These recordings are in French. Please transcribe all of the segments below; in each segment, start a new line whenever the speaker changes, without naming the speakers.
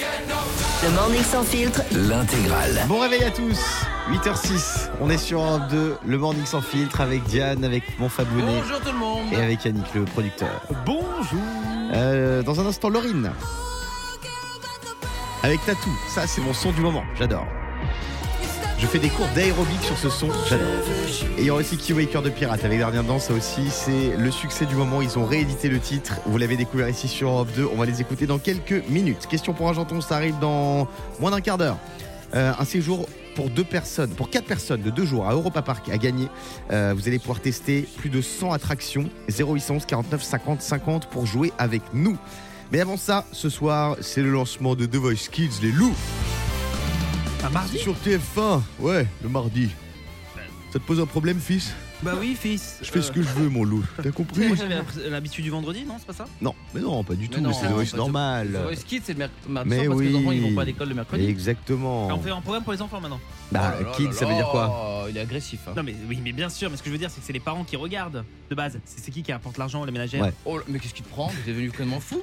Le Morning Sans Filtre,
L'intégrale.
Bon réveil à tous 8h06, on est sur Europe 2, le Morning Sans Filtre avec Diane, avec mon Fabounet
Bonjour tout le monde.
et avec Yannick le producteur.
Bonjour.
Euh, dans un instant, Laurine. Avec Tatou, ça c'est mon son du moment, j'adore. Je fais des cours d'aérobic sur ce son, j'adore. Et il y aura aussi Key Waker de Pirate avec Dernière Danse, ça aussi c'est le succès du moment, ils ont réédité le titre, vous l'avez découvert ici sur Europe 2, on va les écouter dans quelques minutes. Question pour un janton, ça arrive dans moins d'un quart d'heure. Euh, un séjour pour deux personnes, pour quatre personnes de deux jours à Europa Park à gagner. Euh, vous allez pouvoir tester plus de 100 attractions, 0811 49 50 50 pour jouer avec nous. Mais avant ça, ce soir, c'est le lancement de The Voice Kids, les loups.
Un mardi
Sur TF1, ouais, le mardi. Ça te pose un problème, fils
Bah oui, fils.
Je fais ce que je veux, mon loup. T'as compris
Moi j'avais l'habitude- l'habitude du vendredi, non C'est pas ça
Non, mais non, pas du tout,
non,
mais c'est The
non,
Voice
pas
normal.
Ouais, Skid, c'est le merc- mardi
Mais
soir parce que les
oui.
enfants ils vont pas à l'école le mercredi. Alors,
Exactement.
on fait Oh un programme pour les enfants maintenant.
Bah,
Oh
Kids, ça veut dire quoi
Il est agressif.
Ah.
hein.
Non mais oui, mais bien sûr, mais ce que je veux dire c'est que c'est les parents qui regardent de base. C'est c'est qui qui apporte l'argent, les ménagères
Ouais.
Oh, mais qu'est-ce qui te prend T'es devenu complètement fou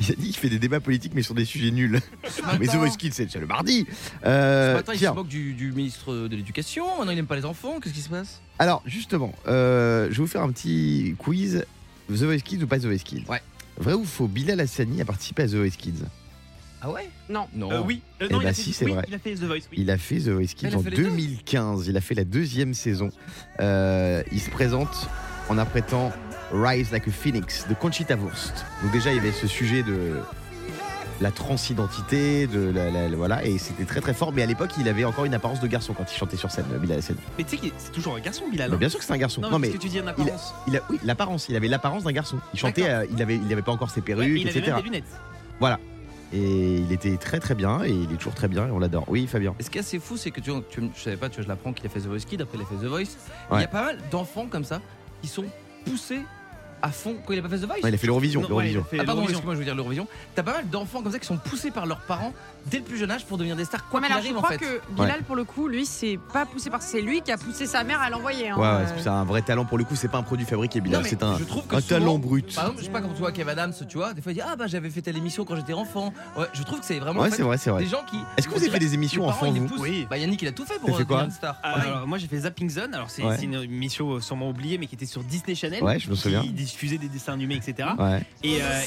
Il a dit qu'il fait des débats politiques, mais sur des sujets nuls. mais The Voice Kids, c'est c'est le mardi. Euh,
Ce matin, il se
tiens.
moque du, du ministre de l'Éducation. Maintenant, il n'aime pas les enfants. Qu'est-ce qui se passe
Alors justement, euh, je vais vous faire un petit quiz. The Voice Kids ou pas The Voice Kids
Ouais.
Vrai ou faux, Bilal Hassani a participé à The Voice Kids.
Ah ouais
Non.
Non.
Euh, oui, Euh,
Eh
non, il,
bah
a
si,
fait,
c'est
oui,
vrai.
il a fait The Voice. Oui.
Il a fait The Voice Kids
Elle a
en
fait les deux
2015. Il a fait la deuxième saison. Euh, il se présente en interprétant Rise Like a Phoenix de Conchita Wurst. Donc déjà, il y avait ce sujet de la transidentité, de la, la- la- voilà, et c'était très très fort. Mais à l'époque, il avait encore une apparence de garçon quand il chantait sur scène, Bilal Hassani.
Mais tu sais que c'est toujours un garçon Bilal.
Mais
hein.
bien sûr que c'est un garçon.
Ah Non,
Non,
mais
mais
ce que tu dis en apparence.
il a, oui, l'apparence. Il avait l'apparence d'un garçon. Il chantait. euh, il avait, il avait pas encore ses
Ouais,
perruques,
il avait
etc.
même des lunettes.
Et il était très très bien et il est toujours très bien et on l'adore. Oui, Fabien.
Et ce qui est assez fou, c'est que tu, tu je savais pas, tu vois, je l'apprends qu'il a fait The Voice Kid, après il a fait The Voice. Il y
Ouais.
a pas mal d'enfants comme ça qui sont poussés à fond quand il a pas fait The Voice.
Ouais, il a fait l'Eurovision.
Non, ouais, il
l'Eurovision.
a fait
Ah pardon,
l'Eurovision.
excuse-moi, je veux dire l'Eurovision. T'as pas mal d'enfants comme ça qui sont poussés par leurs parents dès le plus jeune âge pour devenir des stars. Quoi
mais
qu'il
alors, je
arrive en
crois
fait.
que Bilal, pour le coup, lui, c'est pas poussé par. C'est lui qui a poussé sa mère à l'envoyer. hein.
Ouais, ouais, c'est- c'est un vrai talent pour le coup. C'est pas un produit fabriqué, Bilal.
euh, Non, mais
C'est un,
je trouve que
un
souvent, bah,
talent brut.
Par exemple, je sais pas quand tu vois Kev Adams, tu vois, des fois il dit Ah bah j'avais fait telle émission quand j'étais enfant. Ouais, je trouve que c'est vraiment en
Ouais,
fait,
c'est vrai, c'est vrai.
des gens qui.
Est-ce que vous avez fait des émissions
Les parents,
enfant
ils les
vous
poussent.
Oui.
Bah Yannick il a tout fait pour
T'as fait
devenir
quoi
une star.
Euh,
Pareil.
Alors, moi j'ai fait Zapping Zone, alors c'est
Ouais.
c'est une émission euh, sûrement oubliée mais qui était sur Disney Channel.
Ouais, je me souviens. Ah.
Qui diffusait des dessins animés, etc.
Ouais.
Et, euh,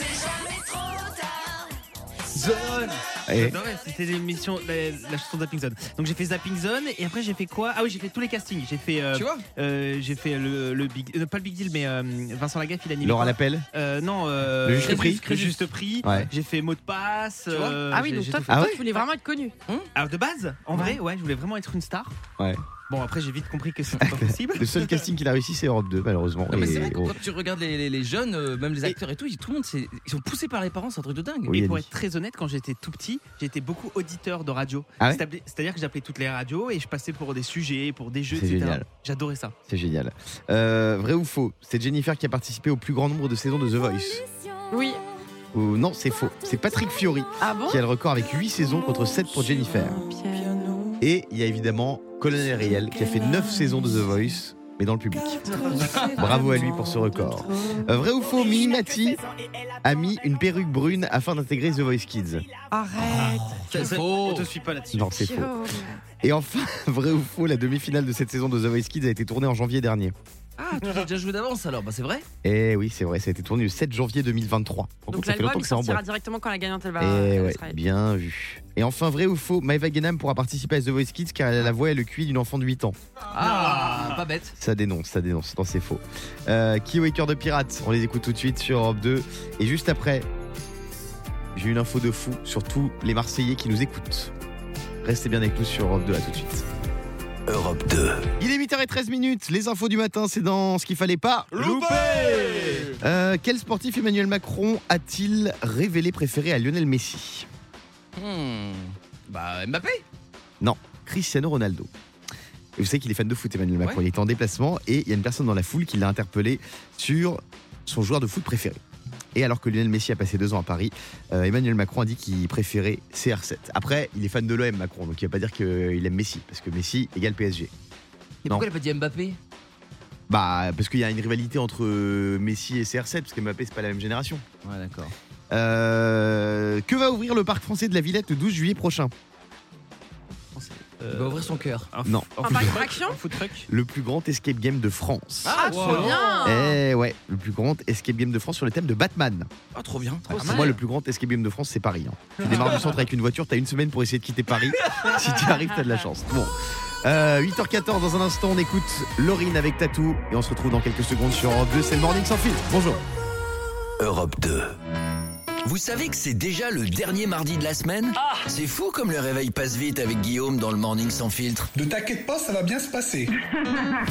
Et-
J'adorais, c'était l'émission, la, la chanson de Zapping Zone. Donc j'ai fait Zapping Zone et après j'ai fait quoi Ah oui, j'ai fait tous les castings. J'ai fait, euh,
tu vois
euh, j'ai fait le, le Big, euh, pas le Big Deal, mais euh, Vincent Lagaffe, il anime.
Laura l'appelle.
Euh, non, euh,
Le Juste
Crédus,
Prix
Crédus. Le Juste Prix.
Ouais.
J'ai fait mot de passe.
vois
euh,
Ah oui,
j'ai-
donc
j'ai
toi,
tout fait.
Ah
toi,
ouais
tu voulais vraiment être connu.
Alors de base, en vrai, ouais, je voulais vraiment être une star.
Ouais.
Bon, après j'ai vite compris que c'était pas possible.
Le seul casting qu'il a réussi, c'est Europe 2, malheureusement.
Non, mais c'est
Et-
vrai que
oh.
quand tu regardes les, les- les jeunes, euh, même les
Et-
acteurs et tout, ils- tout le monde, c'est- ils sont poussés par les parents, c'est un truc de dingue.
Oui,
et pour
Yannick.
être très honnête, quand j'étais tout petit, j'étais beaucoup auditeur de radio.
Ah ouais
C'est-à-dire- C'est-à-dire que j'appelais toutes les radios et je passais pour des sujets, pour des jeux,
C'est
etc.
génial.
J'adorais ça.
C'est génial. Euh, vrai ou faux C'est Jennifer qui a participé au plus grand nombre de saisons de The Voice.
Oui.
Ou non, c'est faux. C'est Patrick Fiori
Ah bon
qui a le record avec 8 saisons contre 7 pour Jennifer. Et il y a évidemment Colonel Riel qui a fait 9 saisons de The Voice, mais dans le public. Bravo à lui pour ce record. Euh, vrai ou faux, Minimati a mis une perruque brune afin d'intégrer The Voice Kids.
Arrête.
C'est faux.
Je te suis pas là-dessus.
Non, c'est faux.
Guillaume.
Et enfin, vrai ou faux, la demi-finale de cette saison de The Voice Kids a été tournée en janvier dernier.
Ah, tu as déjà joué d'avance alors, bah c'est vrai.
Eh oui, c'est vrai, ça a été tourné le 7 janvier 2023. Par
Donc
contre, ça fait longtemps
l'album
que c'est en
sortira
boîte.
directement quand la gagnante elle va.
Eh
elle
ouais,
sera-
bien vu. Et enfin, vrai ou faux, Maeva Genam pourra participer à The Voice Kids car elle a la voix et le QI d'une enfant de 8 ans.
Ah, pas bête.
Ça dénonce, ça dénonce, non c'est faux. Euh, Key Waker de Pirates, on les écoute tout de suite sur Europe 2. Et juste après, j'ai une info de fou sur tous les Marseillais qui nous écoutent. Restez bien avec nous sur Europe 2, à tout de suite.
Europe 2.
Il est 8h13 minutes, les infos du matin, c'est dans ce qu'il fallait pas. Euh, quel sportif Emmanuel Macron a-t-il révélé préféré à Lionel Messi
Hmm. Bah Mbappé
Cristiano Ronaldo. Et vous savez qu'il est fan de foot, Emmanuel Macron. Il était en déplacement et il y a une personne dans la foule qui l'a interpellé sur son joueur de foot préféré. Et alors que Lionel Messi a passé deux ans à Paris, euh, Emmanuel Macron a dit qu'il préférait CR7. Après, il est fan de l'OM, Macron, donc il va pas dire qu'il aime Messi, parce que Messi égale PSG.
Et
Non.
pourquoi il a pas dit Mbappé
Bah, parce qu'il y a une rivalité entre euh, Messi et CR7, parce que Mbappé, c'est pas la même génération.
Ouais, d'accord.
Euh, que va ouvrir le parc français de la Villette le 12 juillet prochain
Euh,
Il va ouvrir son cœur.
un f-
Non.
un
Un
food
parc
truck.
d'attraction
Un food truck.
Le plus grand escape game de France.
Ah,
Oh.
trop
wow.
bien
Eh ouais, le plus grand escape game de France sur le thème de Batman.
Ah, trop bien.
Alors, pour moi, le plus grand escape game de France, c'est Paris. hein. Tu démarres du centre avec une voiture, t'as une semaine pour essayer de quitter Paris. si tu arrives, t'as de la chance. Bon. Euh, 8h14, dans un instant, on écoute Laurine avec Tatou et on se retrouve dans quelques secondes sur Europe 2. C'est le morning sans filtre. Bonjour.
Europe 2. Vous savez que c'est déjà le dernier mardi de la semaine
Ah.
C'est fou comme le réveil passe vite avec Guillaume dans le Morning sans filtre.
Ne t'inquiète pas, ça va bien se passer.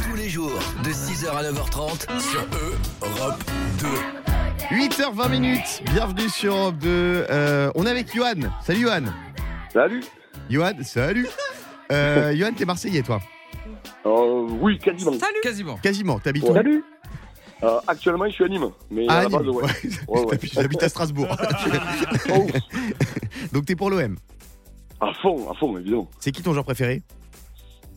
Tous les jours, de 6h à 9h30 sur E, Europe 2.
8h20 minutes. Bienvenue sur Europe 2. Euh, on est avec Johan. Salut Johan.
Salut
Johan, salut. Euh, Johan, t'es Marseillais, toi
Euh, Oui, quasiment.
Salut
Quasiment.
Quasiment. T'habites
Ouais.
où
Salut Euh, Actuellement, je suis à Nîmes, mais
Ah,
à la base,
Nîmes.
ouais.
Ouais,
Ouais, ouais.
t'habites- T'habites à Strasbourg.
Oh,
Donc t'es pour l'OM.
à fond, à fond, évidemment.
C'est qui ton joueur préféré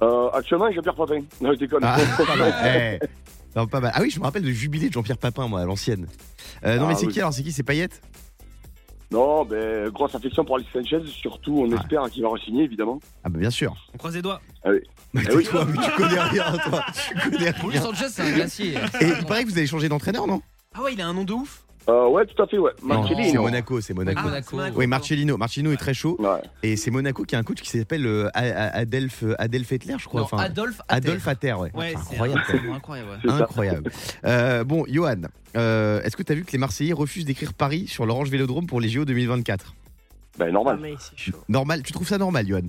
Euh, actuellement, j'ai Pierre Papin. Non, je déconne.
Ah, pas mal. Eh. Non, pas mal. Ah oui, je me rappelle de jubilé de Jean-Pierre Papin, moi, à l'ancienne. Euh, non,
Ah
mais c'est
oui.
qui alors C'est qui C'est Payette
Non, ben, grosse affection pour Alex Sanchez, surtout, on
Ouais.
espère qu'il va re-signer, évidemment.
Ah bah bien sûr.
On croise les doigts.
Mais
Eh oui.
toi, mais tu connais rien, toi. Tu connais
Pour lui,
rien.
Sanchez, c'est un glacier.
Et il paraît que vous avez changé d'entraîneur, non
Ah ouais, il a un nom de ouf.
Euh, ouais, tout à fait, ouais.
Non, c'est
Marcelino.
Monaco, c'est Monaco.
Ah,
oui, Marcelino. Marcelino est très chaud.
Ouais.
Et c'est Monaco qui a un coach qui s'appelle euh, A- A- Adelph, Adelph Etler, je crois.
Non,
Enfin,
Adolphe Atter.
Adolphe Atter, ouais.
Ouais,
Enfin,
c'est
incroyable.
un- c'est incroyable. ouais.
C'est ça.
Incroyable. Euh, bon, Johan, euh, est-ce que tu as vu que les Marseillais refusent d'écrire Paris sur l'Orange Vélodrome pour les JO 2024
Ben,
Ah,
normal.
mais c'est chaud.
Normal, tu trouves ça normal, Johan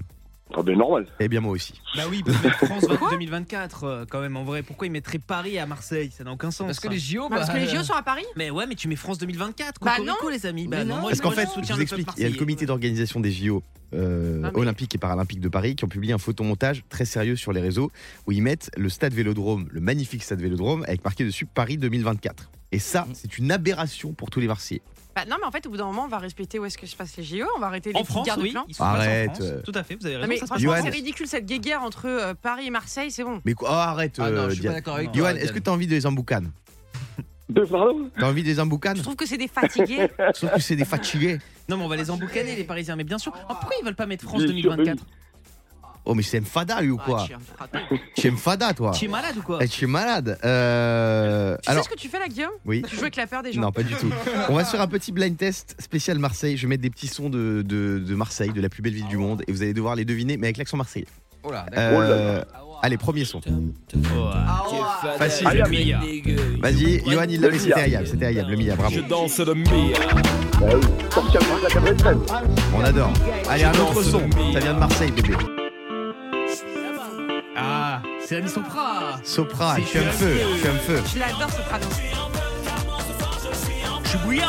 Ah, ben, normal.
Eh bien, moi aussi.
Bah oui, parce que France 2024, euh, quand même, en vrai. Pourquoi ils mettraient Paris à Marseille Ça n'a aucun sens.
Parce que
ça.
les JO,
Parce
bah,
que les
euh,
JO sont à Paris
Mais ouais, mais tu mets France 2024.
Bah
cocorico, les amis. Bah
Mais
non,
non.
moi,
Parce
je-
qu'en
moi,
fait,
je
je
soutiens
vous
le peuple
explique, il y a le
marseillais.
comité d'organisation des JO euh,
Ah, mais-
olympiques et paralympiques de Paris qui ont publié un photomontage très sérieux sur les réseaux où ils mettent le stade Vélodrome, le magnifique stade Vélodrome, avec marqué dessus Paris 2024. Et ça, c'est une aberration pour tous les Marseillais.
Bah non, mais en fait, au bout d'un moment, on va respecter où est-ce que se passent les JO, on va arrêter les
En
petites
France,
guerres de
oui.
clans.
Ils sont basés en
Arrête,
France.
euh,
Tout à fait, vous avez
Non,
raison.
mais
ça se passe
franchement,
Johan.
c'est ridicule cette guéguerre entre euh, Paris et Marseille, c'est bon.
Mais quoi oh, arrête,
Ah non,
euh,
je suis pas
Diane.
d'accord avec toi.
Johan, est-ce que
Diane.
tu as envie des emboucanes
De pardon
T'as envie des emboucanes
Je trouve que c'est des fatigués.
Sauf que c'est des fatigués.
Non, mais on va les emboucaner, les Parisiens. Mais bien sûr. Ah, pourquoi ils veulent pas mettre France
Bien sûr,
2024
Oh, mais c'est Mfada, lui, ou quoi
Ah, tu es un frappe.
Tu es Mfada, toi
Tu es malade ou quoi
Eh, Tu es malade. Euh,
Tu sais
Alors,
ce que tu fais là, Guillaume
oui.
Tu joues avec la peur des gens.
Non, pas du tout. On va se faire un petit blind test spécial Marseille. Je vais mettre des petits sons de, de, de Marseille, de la plus belle ville du monde, et vous allez devoir les deviner, mais avec l'accent marseillais.
Ah. Oh là, d'accord.
Euh, allez, premier son. Facile.
Ayam.
Vas-y, Johan, il l'avait, c'était Ayab, c'était Ayab, le Mia, bravo.
Euh, sorti à la 93.
On adore. Allez, un autre son. Ça vient de Marseille, bébé.
Ah, c'est Annie Sopra.
Sopra, je suis un feu, je suis un feu.
Je l'adore ce frado.
Je suis bouillant.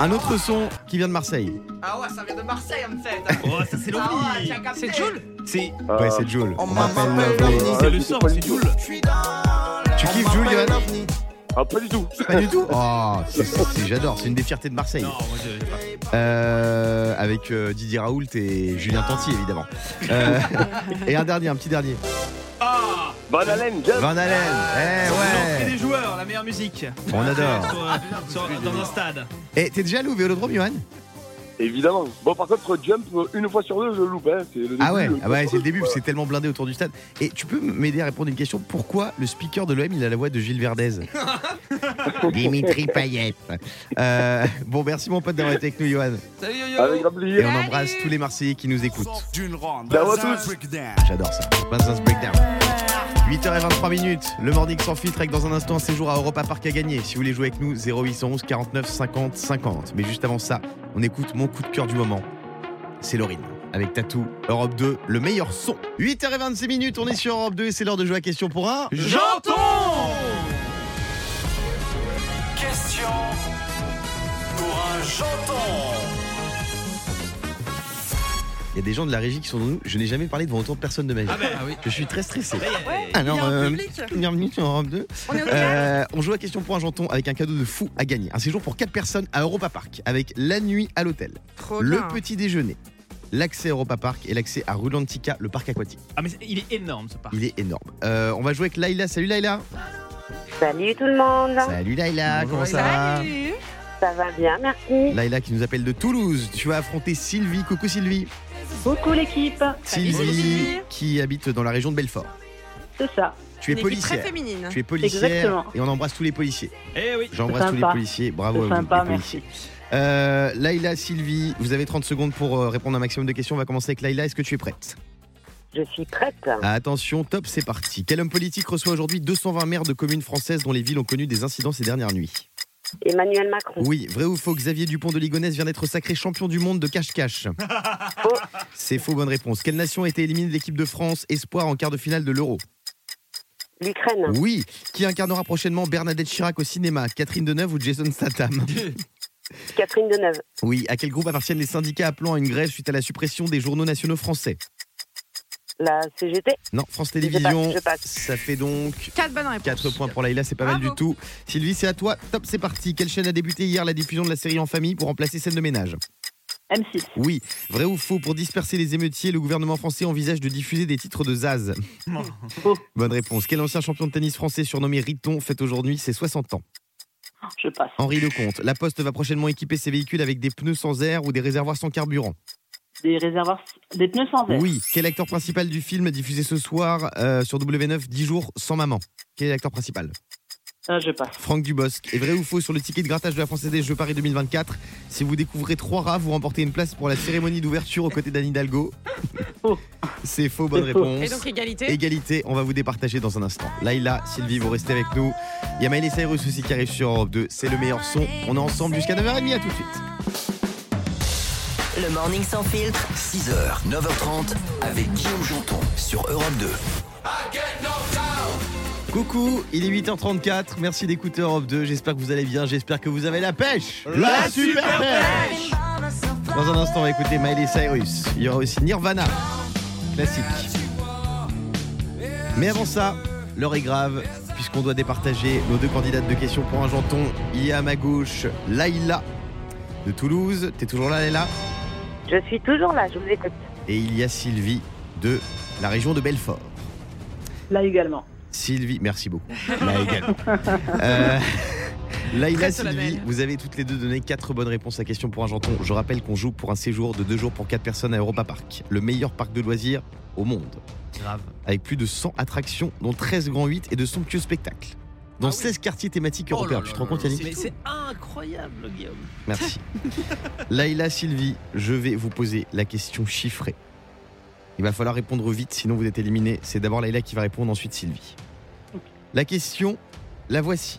Un autre son qui vient de Marseille.
Oh, ça c'est l'oubli.
C'est Jules
C'est
Euh,
Ouais, c'est Jules. On m'appelle
euh,
l'OVNI.
c'est le
je sais
sang,
pas
c'est
du tout.
Jules.
Tu kiffes Jules, Johan
Ah, pas du tout.
Pas du tout Oh, c'est- c'est- j'adore, c'est une des fiertés de Marseille.
Non, moi je.
Euh, avec euh, Didier Raoult et Julien Tanti évidemment. Euh, et un dernier, un petit dernier.
Ah,
Van Halen, Jeff.
Van Halen. Eh
l'entrée
ouais.
des joueurs, la meilleure musique.
On adore.
Sur, euh, sur- dans un stade.
Et t'es déjà allé au Vélodrome, Johan
Évidemment. Bon, par contre, Jump, une fois sur deux, je le loupe. hein. C'est le
Ah ouais,
début, le-
ah ouais, c'est le début. parce que C'est tellement blindé autour du stade. Et tu peux m'aider à répondre à une question Pourquoi le speaker de l'OM il a la voix de Gilles Verdez Dimitri Payet. Euh, bon, merci mon pote d'avoir été avec nous, Johan.
Salut yo yo.
Avec la
Et
blier.
on embrasse tous les Marseillais qui nous écoutent.
Ciao à tous.
J'adore ça. Vincent's Breakdown. 8h23 minutes, le morning sans filtre avec dans un instant un séjour à Europa Park à gagner. Si vous voulez jouer avec nous, 0811 49 50 50. Mais juste avant ça, on écoute mon coup de cœur du moment. C'est Laurine. Avec Tatou, Europe 2, le meilleur son. 8h26 minutes, on est sur Europe 2 et c'est l'heure de jouer à question pour un.
J'entends
Il y a des gens de la régie qui sont dans nous. Je n'ai jamais parlé devant autant de personnes de ma vie.
Ah oui.
Je suis très stressé.
Ouais,
Alors,
ben, il est en
euh,
public.
Bienvenue sur Europe 2.
On est au
Euh, on joue à question pour un janton avec un cadeau de fou à gagner. Un séjour pour 4 personnes à Europa Park avec la nuit à l'hôtel,
Trop
le
bien.
petit déjeuner, l'accès à Europa Park et l'accès à Rulantica, le parc aquatique.
Ah, mais c'est- il est énorme ce parc.
Il est énorme. Euh, on va jouer avec Laila. Salut Laila.
Salut tout le monde
Salut Laila,
Bonjour
comment ça va
Salut
Ça va bien, merci.
Laila qui nous appelle de Toulouse. Tu vas affronter Sylvie. Coucou Sylvie.
Beaucoup l'équipe.
Sylvie qui habite dans la région de Belfort.
C'est ça.
Tu es
Une équipe très
policière.
féminine.
Tu es policière
Exactement.
et on embrasse tous les policiers.
Eh oui.
J'embrasse tous les
Sympa.
policiers. Bravo à
C'est
vous.
sympa,
les
merci.
policiers. Euh, Laila, Sylvie, vous avez 30 secondes pour euh, répondre à un maximum de questions. On va commencer avec Laila. Est-ce que tu es prête
Je suis prête.
Attention, top, c'est parti. Quel homme politique reçoit aujourd'hui 220 maires de communes françaises dont les villes ont connu des incidents ces dernières nuits
Emmanuel Macron.
Oui, vrai ou faux, Xavier Dupont de Ligonnès vient d'être sacré champion du monde de cache-cache
Faux.
C'est faux, bonne réponse. Quelle nation a été éliminée de l'équipe de France Espoir en quart de finale de l'Euro
L'Ukraine.
Oui. Qui incarnera prochainement Bernadette Chirac au cinéma Catherine Deneuve ou Jason Statham
Catherine Deneuve.
Oui. À quel groupe appartiennent les syndicats appelant à une grève suite à la suppression des journaux nationaux français
La CGT.
Non, France
Je passe.
Télévisions.
Je passe.
Ça fait donc
4 bonnes réponses.
4 points pour Laïla, c'est pas mal
Bravo.
du tout. Sylvie, c'est à toi. Top, c'est parti. Quelle chaîne a débuté hier la diffusion de la série En famille pour remplacer scène de ménage
M6.
Oui, vrai ou faux, pour disperser les émeutiers, le gouvernement français envisage de diffuser des titres de Zaz.
Faux.
Bonne réponse. Quel ancien champion de tennis français surnommé Riton fête aujourd'hui ses 60 ans
Je passe.
Henri Lecomte. La Poste va prochainement équiper ses véhicules avec des pneus sans air ou des réservoirs sans carburant.
Des réservoirs. Des pneus sans air.
Oui. Quel acteur principal du film diffusé ce soir euh, sur W9 10 jours sans maman Quel est l'acteur principal
Ça, Ah, je passe.
Franck Dubosc. Est vrai ou faux sur le ticket de grattage de la Française des Jeux Paris 2024 Si vous découvrez trois rats, vous remportez une place pour la cérémonie d'ouverture aux côtés d'Anne Hidalgo.
Faux.
C'est faux, bonne
Oh. C'est faux.
réponse.
Et donc égalité.
Égalité, on va vous départager dans un instant. Laïla, Sylvie, vous restez avec nous. Il y a Maël Cyrus aussi qui arrive sur Europe 2. C'est le meilleur son. On est ensemble jusqu'à 9h30. À tout de suite.
Le morning sans filtre.
6h, 9h30 avec Guillaume Janton sur Europe 2.
Coucou, il est 8h34. Merci d'écouter Europe 2. J'espère que vous allez bien. J'espère que vous avez la pêche. La, super pêche. Dans un instant, on va écouter Miley Cyrus. Il y aura aussi Nirvana. Classique. Mais avant ça, l'heure est grave puisqu'on doit départager nos deux candidates de questions pour un janton. Il y a à ma gauche Laïla de Toulouse. T'es toujours là, Laïla
Je suis toujours là, je vous écoute.
Et il y a Sylvie de la région de Belfort.
Là également.
Sylvie, merci beaucoup. Là également. Euh, Laïla,
Très solennelle.
Sylvie, vous avez toutes les deux donné quatre bonnes réponses à question pour un janton. Je rappelle qu'on joue pour un séjour de deux jours pour quatre personnes à Europa Park, le meilleur parc de loisirs au monde,
Grave.
avec plus de 100 attractions, dont 13 grands 8 et de somptueux spectacles. Dans 16 quartiers thématiques
Ah Oh là
européens.
là
tu te
là
rends compte,
là.
Yannick
Mais c'est incroyable, Guillaume.
Merci. Laïla, Sylvie, je vais vous poser la question chiffrée. Il va falloir répondre vite, sinon vous êtes éliminé. C'est d'abord Laïla qui va répondre, ensuite Sylvie. La question, la voici.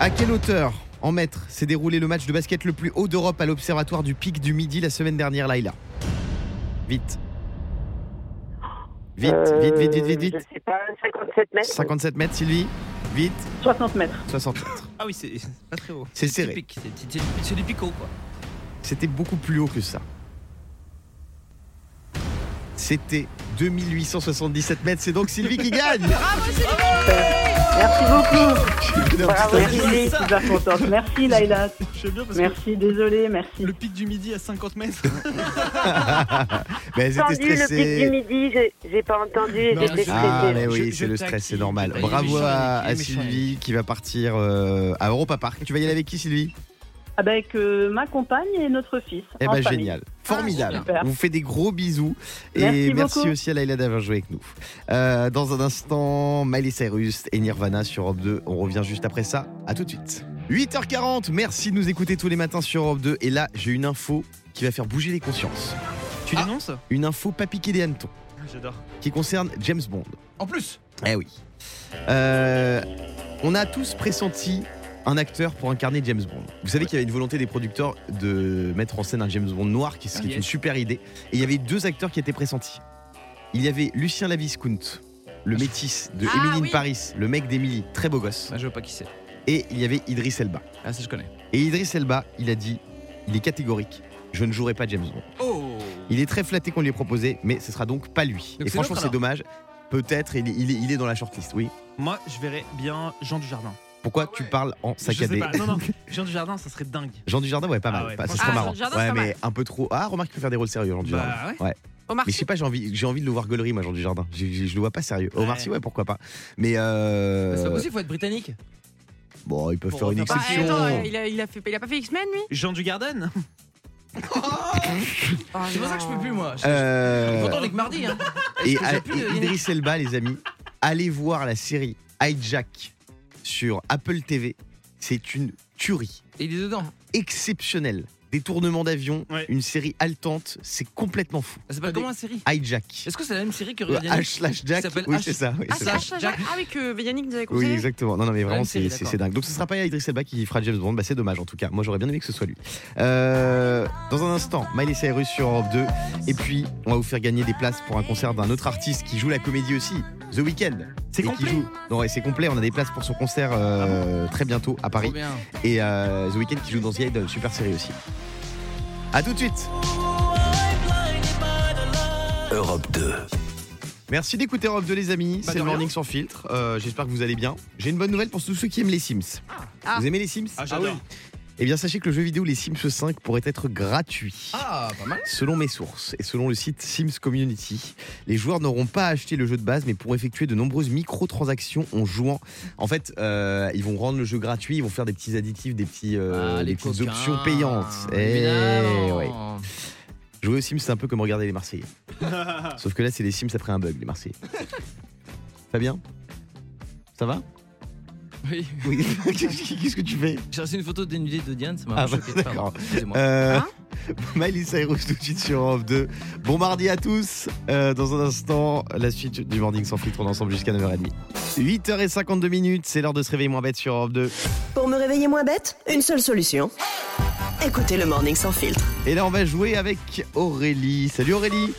À quelle hauteur, en mètres, s'est déroulé le match de basket le plus haut d'Europe à l'Observatoire du Pic du Midi la semaine dernière, Laïla Vite. Vite, vite, vite, vite, vite,
Euh, Je
vite.
sais pas, 57 mètres.
57 mètres, Sylvie. Vite,
60 mètres.
60 mètres.
Ah oui, c'est c'est pas très haut.
C'est serré.
Typique, c'est- c'est- c'est- C'est du picot, quoi.
C'était beaucoup plus haut que ça. C'était 2877 mètres. C'est donc Sylvie qui gagne.
Merci beaucoup. Bravo,
Putain,
Sylvie, super contente. Merci, Laila.
Je veux bien parce
Merci, désolée, merci.
que le pic du midi à 50 mètres.
Mais elles étaient
Entendu le pic du
stressées.
midi, je- j'ai pas
Non,
entendu, j'étais
je-
stressée.
Ah mais
Je-
oui,
je
c'est le
taquine.
stress, c'est normal.
Il est
Bravo
méchant,
à,
il est
à
méchant,
Sylvie qui va partir euh, à Europa Park. Tu vas y aller avec qui Sylvie
Avec euh, ma compagne et notre fils.
Eh
en
ben
famille. Ah,
génial, formidable.
super.
On vous fait des gros bisous et merci,
Merci beaucoup.
aussi à Laila d'avoir joué avec nous. Euh, dans un instant, Miley Cyrus et Nirvana sur Europe 2. On revient juste après ça. À tout de suite. 8h40. Merci de nous écouter tous les matins sur Europe 2. Et là, j'ai une info qui va faire bouger les consciences.
Tu
Ah.
dénonces
Une info pas piquée des hannetons
J'adore.
qui concerne James Bond.
En plus,
Eh oui. Euh, on a tous pressenti un acteur pour incarner James Bond. Vous savez qu'il y avait une volonté des producteurs de mettre en scène un James Bond noir, qui,
Ah,
ce qui est
Yes.
une super idée. Et il y avait deux acteurs qui étaient pressentis. Il y avait Lucien Laviscount, le métis de
Ah
Emily in
oui.
Paris, le mec d'Emily, très beau gosse.
bah, je vois pas qui c'est.
Et il y avait Idris Elba.
Ah, ça, je connais.
Et Idris Elba, il a dit, il est catégorique, je ne jouerai pas James Bond.
Oh
Il est très flatté qu'on lui ait proposé, mais ce sera donc pas lui.
Donc
et
c'est
franchement,
l'autre,
c'est
alors
dommage. Peut-être, il, est- il est- il est dans la shortlist, oui.
Moi, je verrais bien Jean du Jardin.
Pourquoi tu parles en saccadé
Ah Je sais pas. Non, non. Jean du Jardin, ça serait dingue.
Jean Dujardin, ouais, pas
Ah
mal.
ouais,
Pas- ça
franchement.
serait
Ah,
marrant.
Jean Dujardin,
ouais,
c'est pas
mais
mal.
un peu trop. Ah, remarque, il peut faire des rôles sérieux, Jean Dujardin.
Bah ouais.
Omar
Mais je sais
Sy.
pas, j'ai envie, j'ai envie de le voir gaulerie, moi, Jean Dujardin. Je, je, je le vois pas sérieux. Omar
Ouais.
Sy, ouais, pourquoi pas. Mais euh,
Bah, C'est pas possible, faut être britannique.
Bon, ils peuvent
Bon,
faire une
on va
Bah,
exception.
attends, il a, il a fait, il a pas fait X-Men lui
Jean du Garden
Oh
C'est pour ça que je peux plus, moi. Je je suis
Euh,
content d'être mardi. Hein.
et
que j'ai
allez-
plus de-
et Idriss Elba, les amis, allez voir la série Hijack sur Apple TV. C'est une tuerie
Il est dedans.
exceptionnelle. Des tournements d'avion,
Ouais.
une série haletante, c'est complètement fou.
Ça s'appelle comment la série
Hijack.
Est-ce que c'est la même série que
Ouais,
Regardiani
H slash Jack.
qui s'appelle
Oui,
H-
c'est ça. oui,
Ah,
c'est
c'est
ça.
H, H, H. Ah oui, que Yannick nous avait
Oui,
conseillé.
exactement. Non, non, mais vraiment,
Même
c'est
série,
c'est-
d'accord.
c'est dingue. Donc, ce sera pas Idriss Elba qui fera James Bond. Bah, c'est dommage, en tout cas. Moi, j'aurais bien aimé que ce soit lui. Euh, dans un instant, Miley Cyrus sur Europe 2. Et puis, on va vous faire gagner des places pour un concert d'un autre artiste qui joue la comédie aussi, The Weeknd.
C'est
Et qui
complet
joue. Non, ouais, c'est complet. On a des places pour son concert euh, très bientôt
Ah
à
Trop
Paris.
bien.
Et euh, The Weeknd qui joue dans The Idol, super série aussi. À tout de suite.
Europe 2.
Merci d'écouter Europe 2, les amis.
Bah,
c'est
de
le
rien.
morning sans filtre. Euh, J'espère que vous allez bien. J'ai une bonne nouvelle pour tous ceux qui aiment les Sims.
Ah.
Vous aimez les Sims
Ah, j'adore.
Eh bien, sachez que le jeu vidéo Les Sims 5 pourrait être gratuit.
Ah, pas mal.
Selon mes sources et selon le site Sims Community, les joueurs n'auront pas acheté le jeu de base, mais pourront effectuer de nombreuses microtransactions en jouant. En fait, euh, ils vont rendre le jeu gratuit, ils vont faire des petits additifs, des, petits, euh,
Ah,
des
les
petites
coquins.
options payantes. Eh,
Évidemment.
ouais. Jouer aux Sims, c'est un peu comme regarder les Marseillais. Sauf que là, c'est les Sims après un bug, les Marseillais. Fabien Ça va
Oui.
Oui. Qu'est-ce que tu fais
J'ai reçu une photo dénudée de Diane, ça m'a
Ah, bah,
choqué. Pardon,
d'accord.
excusez-moi.
Euh,
Hein
Miley Cyrus tout de suite sur Europe 2. Bon mardi à tous. Euh, dans un instant, la suite du Morning sans filtre. On est ensemble jusqu'à 9h30. 8h52 minutes, c'est l'heure de se réveiller moins bête sur Europe 2.
Pour me réveiller moins bête, une seule solution. Écoutez le Morning sans filtre.
Et là, on va jouer avec Aurélie. Salut Aurélie.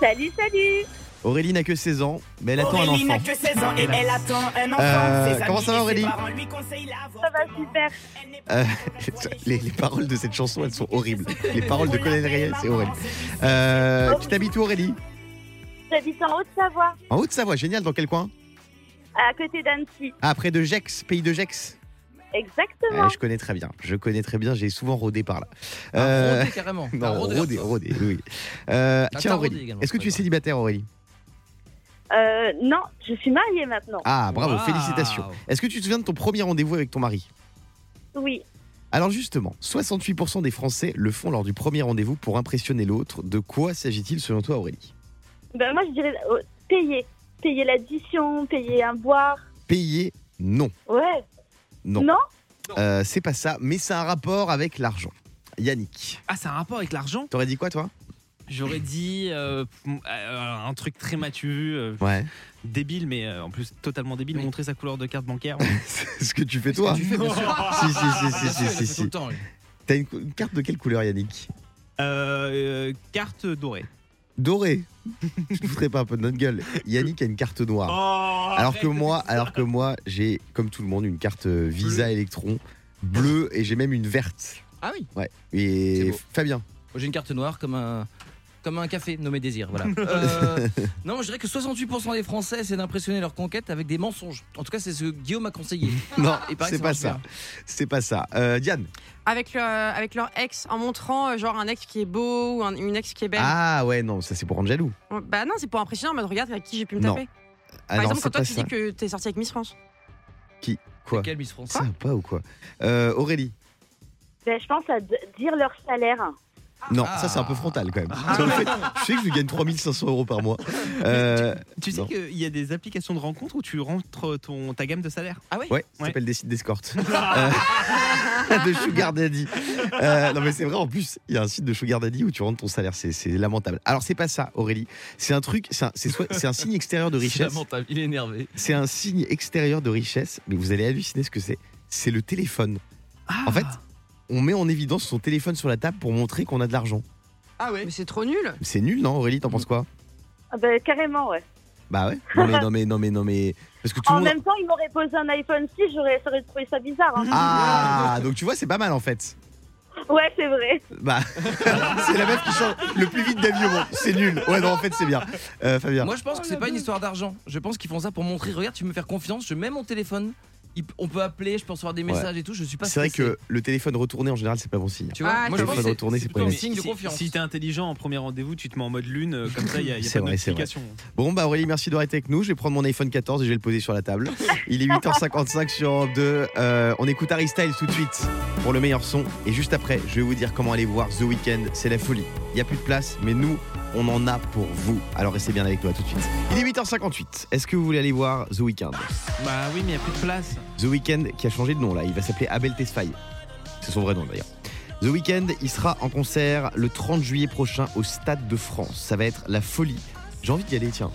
Salut, salut.
Aurélie n'a que 16 ans, mais elle attend un enfant.
16 ans et elle attend un
Euh,
Ses
comment
amis et
ça va,
ses
Aurélie
parents lui conseillent l'avortement.
Ça va super.
Euh, les, les paroles de cette chanson, elles sont horribles. Les paroles de Colin Riel, c'est horrible. Euh, tu t'habites où, Aurélie
J'habite en Haute-Savoie,
En Haute-Savoie, génial. Dans quel coin
à côté d'Annecy.
Ah, près de Gex, pays de Gex.
Exactement.
Ouais, je connais très bien. Je connais très bien. J'ai souvent rodé par là.
Ah,
Euh,
rodé, carrément. Ah,
non,
rodé,
rodé,
la
rodé, oui. Euh,
Ah,
tiens,
t'as rodé
Aurélie,
également,
est-ce que tu es
d'accord.
célibataire, Aurélie
Euh, non, je suis mariée maintenant.
Ah, bravo,
Waouh.
félicitations. Est-ce que tu te souviens de ton premier rendez-vous avec ton mari
Oui.
Alors justement, 68% des Français le font lors du premier rendez-vous pour impressionner l'autre. De quoi s'agit-il selon toi, Aurélie
Ben, moi, je dirais euh, payer. Payer l'addition, payer un boire.
Payer Non.
Ouais.
Non. Euh, c'est pas ça, mais c'est un rapport avec l'argent. Yannick,
Ah, c'est un rapport avec l'argent
t'aurais dit quoi, toi
J'aurais dit euh, euh, un truc très matu, euh,
Ouais.
débile, mais euh, en plus totalement débile,
Oui.
montrer sa couleur de carte bancaire.
c'est ce que tu fais, toi.
Tu fais, bien sûr.
Si, si, si, si,
Ah, Bien sûr,
si,
il
si.
le fait tout
si.
le temps, lui.
T'as une, cou- une carte de quelle couleur, Yannick
Euh, euh, carte dorée.
Dorée. Je te foutrais pas un peu de notre gueule. Yannick a une carte noire.
Oh.
alors que moi, alors que moi, j'ai comme tout le monde une carte euh, Visa Electron bleue et j'ai même une verte.
Ah oui,
Ouais.
C'est
Et
beau.
Fabien,
Moi, j'ai une carte noire comme un. Comme un café nommé Désir, voilà. Euh, non, je dirais que 68% des Français essaient d'impressionner leur conquête avec des mensonges. En tout cas, c'est ce que Guillaume a conseillé.
non,
Il paraît que
c'est
ça
pas
marche
ça.
bien.
C'est pas ça. Euh, Diane.
Avec, le, avec leur ex, en montrant euh, genre un ex qui est beau ou un- une ex qui est belle.
Ah ouais, non, ça c'est pour rendre jaloux.
Bah non, c'est pour impressionner en mode regarde avec qui j'ai pu me
Non.
taper.
Ah
Par
non,
exemple,
c'est
quand toi
pas
tu
ça.
dis que t'es sorti avec Miss France.
Quoi
Quelle Miss France
Ça va pas ou quoi Euh, Aurélie.
Ben, je pense à d- dire leur salaire.
Non,
Ah.
ça c'est un peu frontal quand même. Ça, en fait, je sais que je gagne 3500 euros par mois. Euh,
Tu sais
Non.
qu'il y a des applications de rencontres où tu rentres ton, ta gamme de salaire.
Ouais, ça
Ah Ouais.
s'appelle des sites d'escorte. Euh, de Sugar Daddy. Euh, non, mais c'est vrai, en plus, il y a un site de Sugar Daddy où tu rentres ton salaire. C'est c'est lamentable. Alors, c'est pas ça, Aurélie. C'est un truc, c'est un, c'est soit- c'est un signe extérieur de
C'est
richesse.
lamentable, il est énervé.
C'est un signe extérieur de richesse, mais vous allez halluciner ce que c'est. C'est le téléphone.
Ah.
En
Ah.
fait, on met en évidence son téléphone sur la table pour montrer qu'on a de l'argent.
Ah ouais
Mais c'est trop nul.
C'est nul, non, Aurélie T'en penses quoi
Ah Ben, carrément, ouais.
Bah ouais. Non, mais non, mais non, mais non, mais. Parce que tout le
En
monde.
même temps, ils m'auraient posé un iPhone 6, j'aurais ça aurait trouvé ça bizarre. hein.
Ah, donc tu vois, c'est pas mal en fait. Mhm.
Ouais, c'est vrai.
Bah, c'est la meuf qui chante le plus vite d'avion. C'est nul. Ouais, non, en fait, c'est bien. Euh, Fabien.
Oh,
Moi, je pense que c'est pas une histoire d'argent. Je pense qu'ils font ça pour montrer. Regarde, tu veux me faire confiance, je mets mon téléphone il- on peut appeler, je peux recevoir des messages et tout. Je suis pas
C'est vrai
stressé.
que le téléphone retourné en général c'est pas bon signe.
Tu vois, Ah, moi, je
le
pense que
téléphone
c'est-
retourné
c'est
c'est
plutôt
pas bon
un
signe.
signe de confiance.
Si t'es intelligent en premier rendez-vous, tu te mets en mode lune, euh, comme ça, il n'y a, y a
C'est
pas de
vrai, c'est vrai.
notification.
Bon bah Aurélie, merci d'avoir été avec nous. Je vais prendre mon iPhone 14 et je vais le poser sur la table. Il est 8h55 sur Europe 2. Euh, on écoute Harry Styles tout de suite pour le meilleur son. Et juste après, je vais vous dire comment aller voir The Weeknd. C'est la folie. Il n'y a plus de place, mais nous, on en a pour vous. Alors restez bien avec nous à tout de suite. Il est 8h58. Est-ce que vous voulez aller voir The Weeknd
Bah oui, mais il n'y a plus de place.
The Weeknd qui a changé de nom là, il va s'appeler Abel Tesfaye. C'est son vrai nom d'ailleurs. The Weeknd, il sera en concert le 30 juillet prochain au Stade de France. Ça va être la folie. J'ai envie d'y aller, tiens.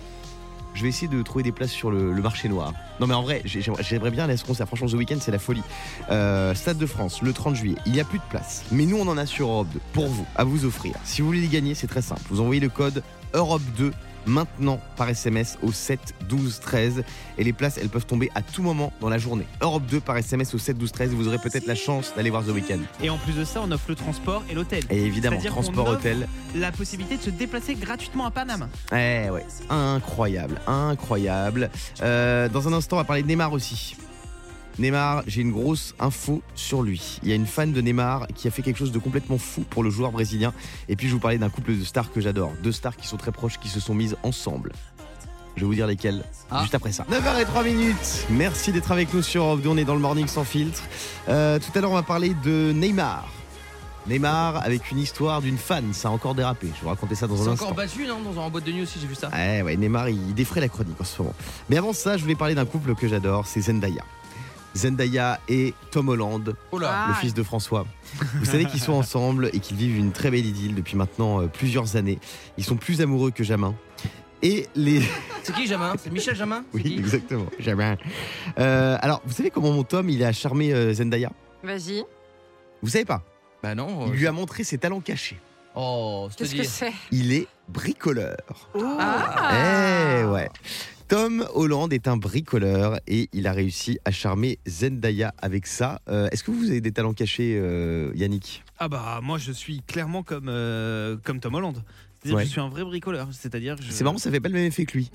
Je vais essayer de trouver des places sur le, le marché noir. Non mais en vrai, j'ai- j'aimerais j'aimerais bien aller à ce concert. Franchement, The Weeknd, c'est la folie. Euh, Stade de France, le 30 juillet. Il n'y a plus de place. Mais nous, on en a sur Europe 2 pour vous, à vous offrir. Si vous voulez y gagner, c'est très simple. Vous envoyez le code Europe 2 maintenant par SMS au 7 12 13 et les places elles peuvent tomber à tout moment dans la journée. Europe 2 par SMS au 7 12 13 vous aurez peut-être la chance d'aller voir The Weeknd.
Et en plus de ça, on offre le transport et l'hôtel.
Et évidemment,
C'est-à-dire qu'on
transport,
offre
hôtel.
La possibilité de se déplacer gratuitement à Paname.
Eh ouais, incroyable, incroyable. Euh, dans un instant, on va parler de Neymar aussi. Neymar, j'ai une grosse info sur lui. Il y a une fan de Neymar qui a fait quelque chose de complètement fou pour le joueur brésilien. Et puis je vous parlais d'un couple de stars que j'adore. Deux stars qui sont très proches, qui se sont mises ensemble. Je vais vous dire lesquelles
Ah.
juste après ça. 9h03 minutes. Merci d'être avec nous sur Europe 2. On est dans le morning sans filtre. Euh, tout à l'heure, on va parler de Neymar. Neymar avec une histoire d'une fan. Ça a encore dérapé. Je vais vous raconter ça dans
C'est
un
encore
instant.
battu, non Dans un boîte de nuit aussi, j'ai vu ça.
Ouais, ouais, Neymar, il défraie la chronique en ce moment. Mais avant ça, je voulais parler d'un couple que j'adore, c'est Zendaya. Zendaya et Tom Holland,
Oh là.
le
Ah.
fils de François. Vous savez qu'ils sont ensemble et qu'ils vivent une très belle idylle depuis maintenant euh, plusieurs années. Ils sont plus amoureux que jamais. Et les...
C'est qui Jamin C'est Michel Jamin
Oui, exactement, jamais. Euh, alors, vous savez comment mon Tom, il a charmé euh, Zendaya
Vas-y.
Vous savez pas
Bah non.
Il lui a montré ses talents cachés.
Oh,
Qu'est-ce que c'est
Il est bricoleur.
Ah
Eh ouais. Tom Holland est un bricoleur et il a réussi à charmer Zendaya avec ça. Euh, Est-ce que vous avez des talents cachés, euh, Yannick
Ah bah moi je suis clairement comme, euh, comme Tom Holland. C'est-à-dire
Ouais.
que je suis un vrai bricoleur. C'est-à-dire que je-
C'est marrant, ça fait pas le même effet que lui.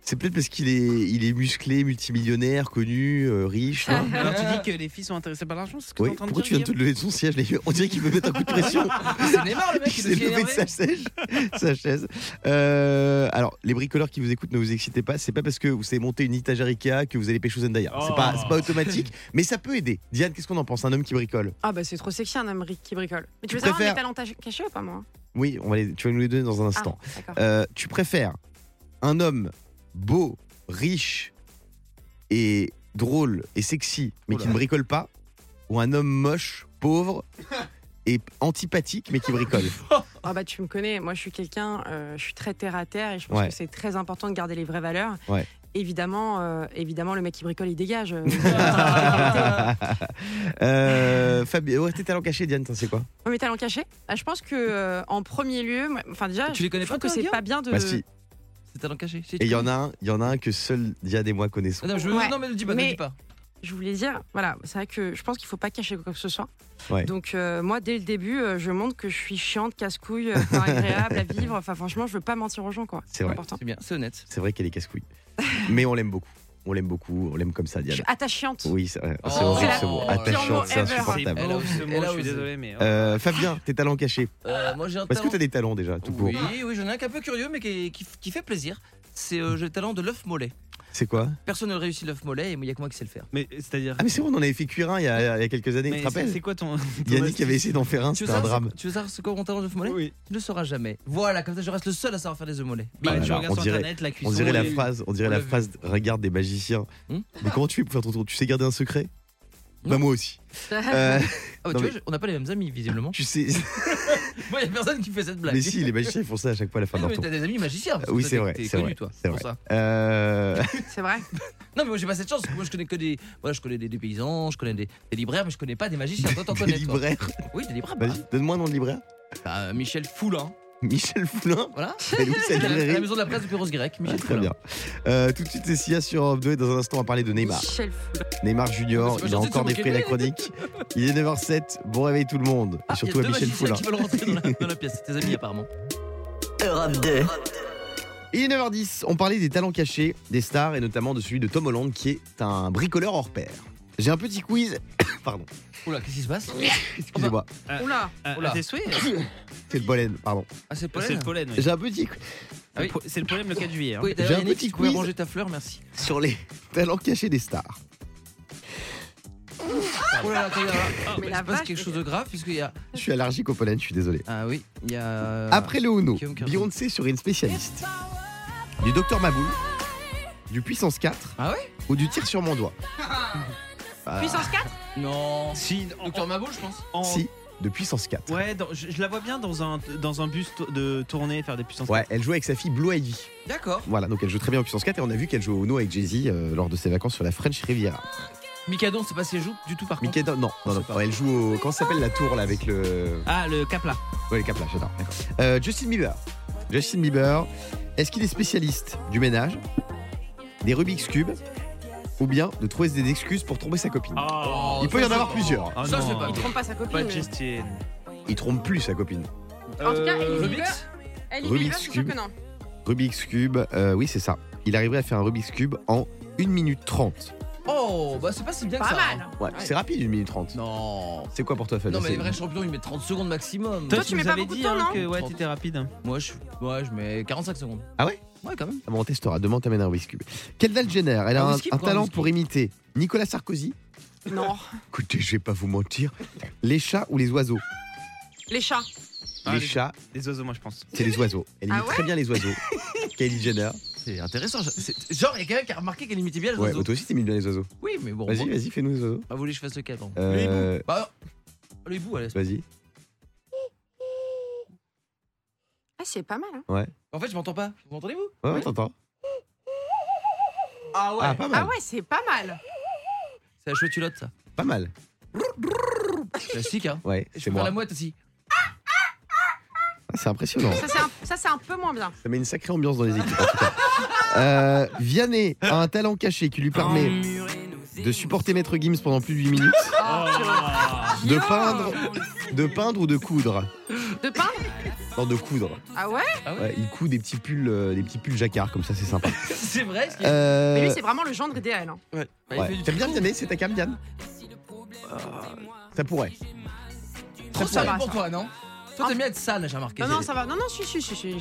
C'est peut-être parce qu'il est, il est musclé, multimillionnaire, connu, euh, riche. non
Alors tu dis que les filles sont intéressées par l'argent, c'est ce que
Oui,
t'es Ah. en train
pourquoi
de
tu viens de
dire.
te lever de son siège les gars On dirait qu'il veut mettre un coup de pression.
C'est Neymar, le mec,
Il
il
s'est
est aussi
levé de
énervé.
sa chaise. sa chaise. Euh, alors, les bricoleurs qui vous écoutent, ne vous excitez pas. C'est pas parce que vous savez monter une étagère Ikea que vous allez pécho Zendaya. C'est pas, c'est pas automatique, mais ça peut aider. Diane, qu'est-ce qu'on en pense Un homme qui bricole
Ah bah c'est trop sexy un homme qui bricole. Mais tu veux
Tu
savoir
préfères-
mes talents tach- cachés ou pas moi
Oui, on va les- tu vas nous les donner dans un instant.
Ah, d'accord.
Euh, tu préfères un homme beau, riche et drôle et sexy, mais qui ne bricole pas, ou un homme moche, pauvre et antipathique, mais qui bricole
Ah bah tu me connais, moi je suis quelqu'un, euh, je suis très terre à terre et je pense
Ouais.
que c'est très important de garder les vraies valeurs.
Ouais.
Évidemment, euh, évidemment, le mec qui bricole, il dégage. euh.
euh, Fabien, ouais, tes talents cachés, Diane, t'en sais quoi
Oh, mes talents cachés Ah, Je pense que euh, en premier lieu, moi- enfin déjà,
Tu les connais
je trouve
pas,
que
toi,
c'est
Guillaume
pas bien de.
Bah si.
C'est talent caché.
Et il y en a un, il y en a un que seul Diane et moi connaissons.
Attends, je veux-
Ouais.
Non, mais ne le dis pas, ne le dis pas.
Je voulais dire, voilà, c'est vrai que je pense qu'il faut pas cacher quoi que ce soit.
Ouais.
Donc euh, moi, dès le début, euh, je montre que je suis chiante, casse-couille, euh, pas agréable à vivre. Enfin franchement, je veux pas mentir aux gens quoi.
C'est vrai.
important.
C'est bien, c'est honnête.
C'est vrai qu'elle est casse-couille, mais on l'aime beaucoup. On l'aime beaucoup, on l'aime comme ça,
Je
Diane.
suis attachante.
Oui, c'est vrai. C'est
Oh,
horrible
c'est la
ce mot.
pire
Attachante,
mot
c'est
ever.
insupportable.
Ah, Elle a osé ce mot,
Elle a
je suis
osé.
désolé, mais.
Euh, Fabien, tes talents cachés.
Euh, moi j'ai un
Parce que
talent.
t'as des talents déjà, tout court.
Oui, oui, j'en ai un qui est un peu curieux, mais qui, qui- qui fait plaisir. C'est euh, j'ai le talent de l'œuf mollet.
C'est quoi
Personne ne réussit l'œuf mollet et il y a que moi qui sais le faire.
Mais c'est-à-dire.
Ah mais c'est vrai, on en avait fait cuire un il y a, il y a quelques années,
Mais
tu te
c'est-
rappelles
C'est quoi ton. ton
Yannick
astuce
avait essayé d'en faire un,
Tu
c'était
veux
un
savoir
drame.
ce- Tu veux savoir ce qu'est mon talent d'œuf mollet
Oui.
Tu ne le sauras jamais. Voilà, comme ça je reste le seul à savoir faire des œufs mollets. Ah,
Bah,
Oh là
tu
là,
regardes
on
sur
dirait-
internet la
On
cuisson.
dirait la
et-
phrase, on dirait la
l'a vu.
phrase regarde des magiciens.
Hmm
mais comment tu fais pour faire ton tour Tu sais garder un secret Bah
Non.
moi aussi. Euh,
Ah ouais,
Non,
tu
mais-
vois, je- on n'a pas les mêmes amis visiblement.
tu sais
Moi, il n'y a personne qui fait cette blague.
Mais si, les magiciens ils font ça à chaque fois à la
Ah
fin de
non,
leur
mais
tour.
t'as des amis magiciens. parce que
Oui,
toi,
c'est
t'es-
vrai,
T'es
c'est
connu,
vrai,
toi.
c'est
pour
vrai.
ça.
Euh,
C'est vrai.
Non, mais moi, j'ai pas cette chance. parce que Moi, je connais que des. Voilà, je connais des, des paysans, je connais des, des libraires, mais je connais pas des magiciens. Toi, t'en
des
connais. toi.
libraires.
Oui, des libraires.
Ah, Vas-y, donne-moi un nom de libraire.
Bah, euh, Michel Foulin.
Michel Foulin.
Voilà.
Elle est où, cette
À la, à la
librairie
maison de la place de Pérouse Grec. Ah, Michel
Ah, Très
Foulin.
bien. Euh, tout de suite, c'est Sia sur Europe 2 et dans un instant, on va parler de Neymar.
Michel Fou-
Neymar Junior,
C'est pas
il a
gentil de
encore
se
défrayé
moquer de
la
lui.
chronique. Il est 9h07, bon réveil tout le monde. Et
Ah,
surtout
il
à
y a deux
Michel
magiciens
Foulin.
qui veulent rentrer dans la, dans la pièce. C'est tes amis, apparemment.
Europe 2.
Il est 9h10, on parlait des talents cachés des stars et notamment de celui de Tom Holland qui est un bricoleur hors pair. J'ai un petit quiz. Pardon,
Oula, qu'est-ce qui se passe
excusez-moi.
Oula.
Oula.
T'es souhait
C'est le pollen, pardon.
Ah, c'est le
Ah, C'est le
pollen
pollen, oui.
J'ai un petit quiz
Ah oui.
Le po- C'est le pollen le 4 juillet. hein.
Oui,
J'ai
d'ailleurs,
un
Yannick,
petit
tu pouvais
quiz.
ranger ta fleur, merci.
sur les talents cachés des stars.
Oh là là, attends, il y a- ah,
Mais
il
la
se passe
vache,
quelque chose de grave, puisqu'il y a.
Je suis allergique au pollen, je suis désolé.
Ah oui, il y a.
Après le Ono,
Guillaume Caron.
Beyoncé serait une spécialiste du Docteur Maboul, du Puissance 4
Ah ouais
ou du tir sur mon doigt. Ah,
Puissance 4
Non.
Si, en-
Docteur Mabo, je pense.
en-
Si, de Puissance 4. Ouais,
Ouais, dans- je, je la vois bien dans un, dans un bus to- de tournée faire des puissances.
elle joue avec sa fille Blue Ivy.
D'accord.
Voilà, donc elle joue très bien en Puissance 4 et on a vu qu'elle jouait au Ono avec Jay-Z euh, lors de ses vacances sur la French Riviera.
Mikado, on sait pas si elle joue du tout par contre.
Mickey, non, non, non, non, elle joue au. Comment ça s'appelle la tour là avec le.
Ah, le Capla.
Ouais, les Caplas, j'adore. Euh, Justin Bieber. Justin Bieber, est-ce qu'il est spécialiste du ménage, des Rubik's Cube ou bien de trouver des excuses pour tromper sa copine
Oh,
Il peut y en avoir plusieurs.
Ah
Ça,
non.
c'est pas-
Il trompe pas sa
Pas
copine.
Justin.
Il trompe plus sa copine.
En
Euh,
tout cas, Ellie
Rubik's
Bieber, Ellie
Euh, Rubik's
Bieber, c'est sûr
Cube.
que non.
Rubik's Cube, euh, oui, c'est ça. Il arriverait à faire un Rubik's Cube en 1 minute 30.
Oh, bah c'est pas si bien
Pas
que ça.
mal.
hein.
Ouais, c'est rapide 1 minute 30.
Non.
C'est quoi pour toi, Fabien
Non, mais
C'est-
les vrais champions, ils mettent 30 secondes maximum.
Toi, tu mets
nous
pas
avais
beaucoup de
dit,
temps,
hein,
non
que ouais, t'étais rapide.
Moi, je, ouais, je mets 45 secondes.
Ah ouais
Ouais, quand même.
Ah bon, on testera. Demain, t'amènes un Rubik's Cube. Kendall Jenner, elle a
Un
un,
whisky
un
pour un
talent
whisky.
pour imiter Nicolas Sarkozy.
Non.
Écoutez, je vais pas vous mentir. Les chats ou les oiseaux
Les chats.
Ah,
Les
les-
chats,
Les oiseaux, moi, je pense.
c'est les oiseaux. Elle imite
Ah ouais
très bien les oiseaux. Kylie Jenner.
C'est intéressant. je- c'est- Genre, il y a quelqu'un qui a remarqué qu'elle imitait bien les
Ouais,
oiseaux.
mais toi aussi, t'imites bien les oiseaux.
Oui, mais bon.
Vas-y,
moi-
vas-y, fais-nous les oiseaux.
Ah, vous voulez que je fasse le cadre
Euh,
Bah, le hibou, allez.
vas-y.
Ah, c'est pas mal. Hein.
En fait, je m'entends pas. Vous m'entendez, vous
Ouais, ouais, t'entends.
Ah
Ah, pas mal.
Ah ouais, c'est pas mal.
C'est la chouettulotte, ça.
Pas mal.
Classique, hein.
Ouais,
Et je
c'est
peux faire
moi.
la mouette aussi.
Ah, C'est impressionnant.
Ça, c'est un, ça, c'est un peu moins bien.
Ça met une sacrée ambiance dans les équipes. en tout cas. Euh, Vianney a un talent caché qui lui permet de supporter Maître Gims pendant plus de 8 minutes, de peindre, de peindre ou de coudre.
De peindre
Non, de coudre.
Ah ouais
Ouais, il coud des petits pulls, euh, des petits pulls jacquard comme ça, c'est sympa.
c'est vrai, ce qui
Euh,
Mais lui, c'est vraiment le gendre idéal. hein.
Bah, il
ouais.
fait du
T'aimes bien
tricot.
Vianney C'est ta cam, Diane
Euh,
Ça pourrait.
Trop
Ça
sale
va,
pour
ça.
toi, non Toi, t'aimes bien être sale, j'ai remarqué.
Non, non, ça va. Non, non, si, si, si. si.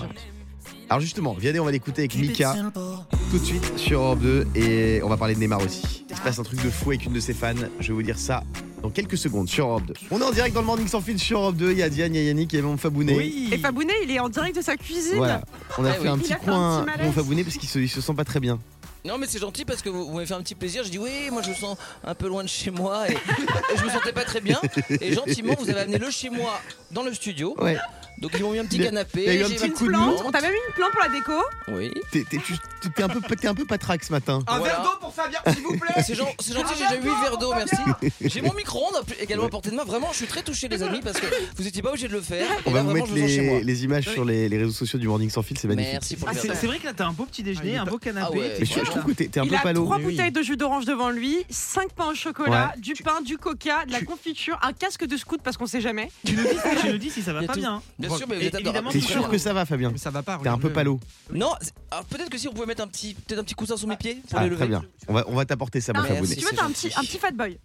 Alors justement, Vianney, on va l'écouter avec Mika tout de suite sur Europe 2 et on va parler de Neymar aussi. Il se passe un truc de fou avec une de ses fans. Je vais vous dire ça dans quelques secondes sur Europe 2. On est en direct dans le Morning Sans Fil sur Europe 2. Il y a Diane, il y a Yannick, il y a mon Fabounet.
Et Fabounet, il est en direct de sa cuisine.
Voilà, on a
Ah
fait
oui.
un
Il
petit
a fait un
coin
petit malaise.
mon Fabounet parce qu'il se, il se sent pas très bien.
Non, mais c'est gentil parce que vous, vous m'avez fait un petit plaisir. Je dis oui, moi je me sens un peu loin de chez moi et, et je me sentais pas très bien. Et gentiment, vous avez amené le chez moi dans le studio.
Ouais,
Donc ils m'ont mis un petit
Il y a-
canapé.
il y a eu un
j'ai
petit
ma
coup de
plante.
On t'a même mis une plante pour la déco.
Oui.
t'es t'es- tu- t'es un, peu- t'es un peu patraque ce matin.
Un
Voilà.
verre d'eau pour Fabien, s'il vous plaît.
C'est gen- c'est gentil, j'ai déjà 8 verres d'eau, merci. J'ai mon micro-ondes app- également à portée de main. Vraiment, je suis très touché, les amis, parce que vous étiez pas obligés de le faire. Et
On va
là,
vous
vraiment,
mettre
je me sens chez moi.
les, les images sur les, les réseaux sociaux du Morning Sans Fil, c'est magnifique.
Merci pour
Ah,
le
c'est
verre
c'est vrai que là, t'as un beau petit déjeuner, un beau canapé.
ouais.
Mais je, je trouve que t'es t'es un
Il
peu
a
palo.
trois bouteilles de jus d'orange devant lui, cinq pains au chocolat, du pain, du coca, de la
tu-
confiture, un casque de scout parce qu'on sait jamais.
Tu nous dis, tu nous dis si ça
Il
va
y a
pas
tout.
bien.
Bien sûr, mais vous
Et
êtes
évidemment,
adorable.
T'es
tu
sûr que ça va, Fabien
Ça va pas.
T'es un peu palo.
Non, c'est- alors peut-être que si vous pouvez mettre un petit, peut-être un petit coussin sous mes pieds pour
Ah,
les lever.
très bien. On va, on va t'apporter ça, mon
Non, mais
Ah bah, Fabounet.
Tu
c'est
vois, t'as un
gentil.
petit, un petit fat boy.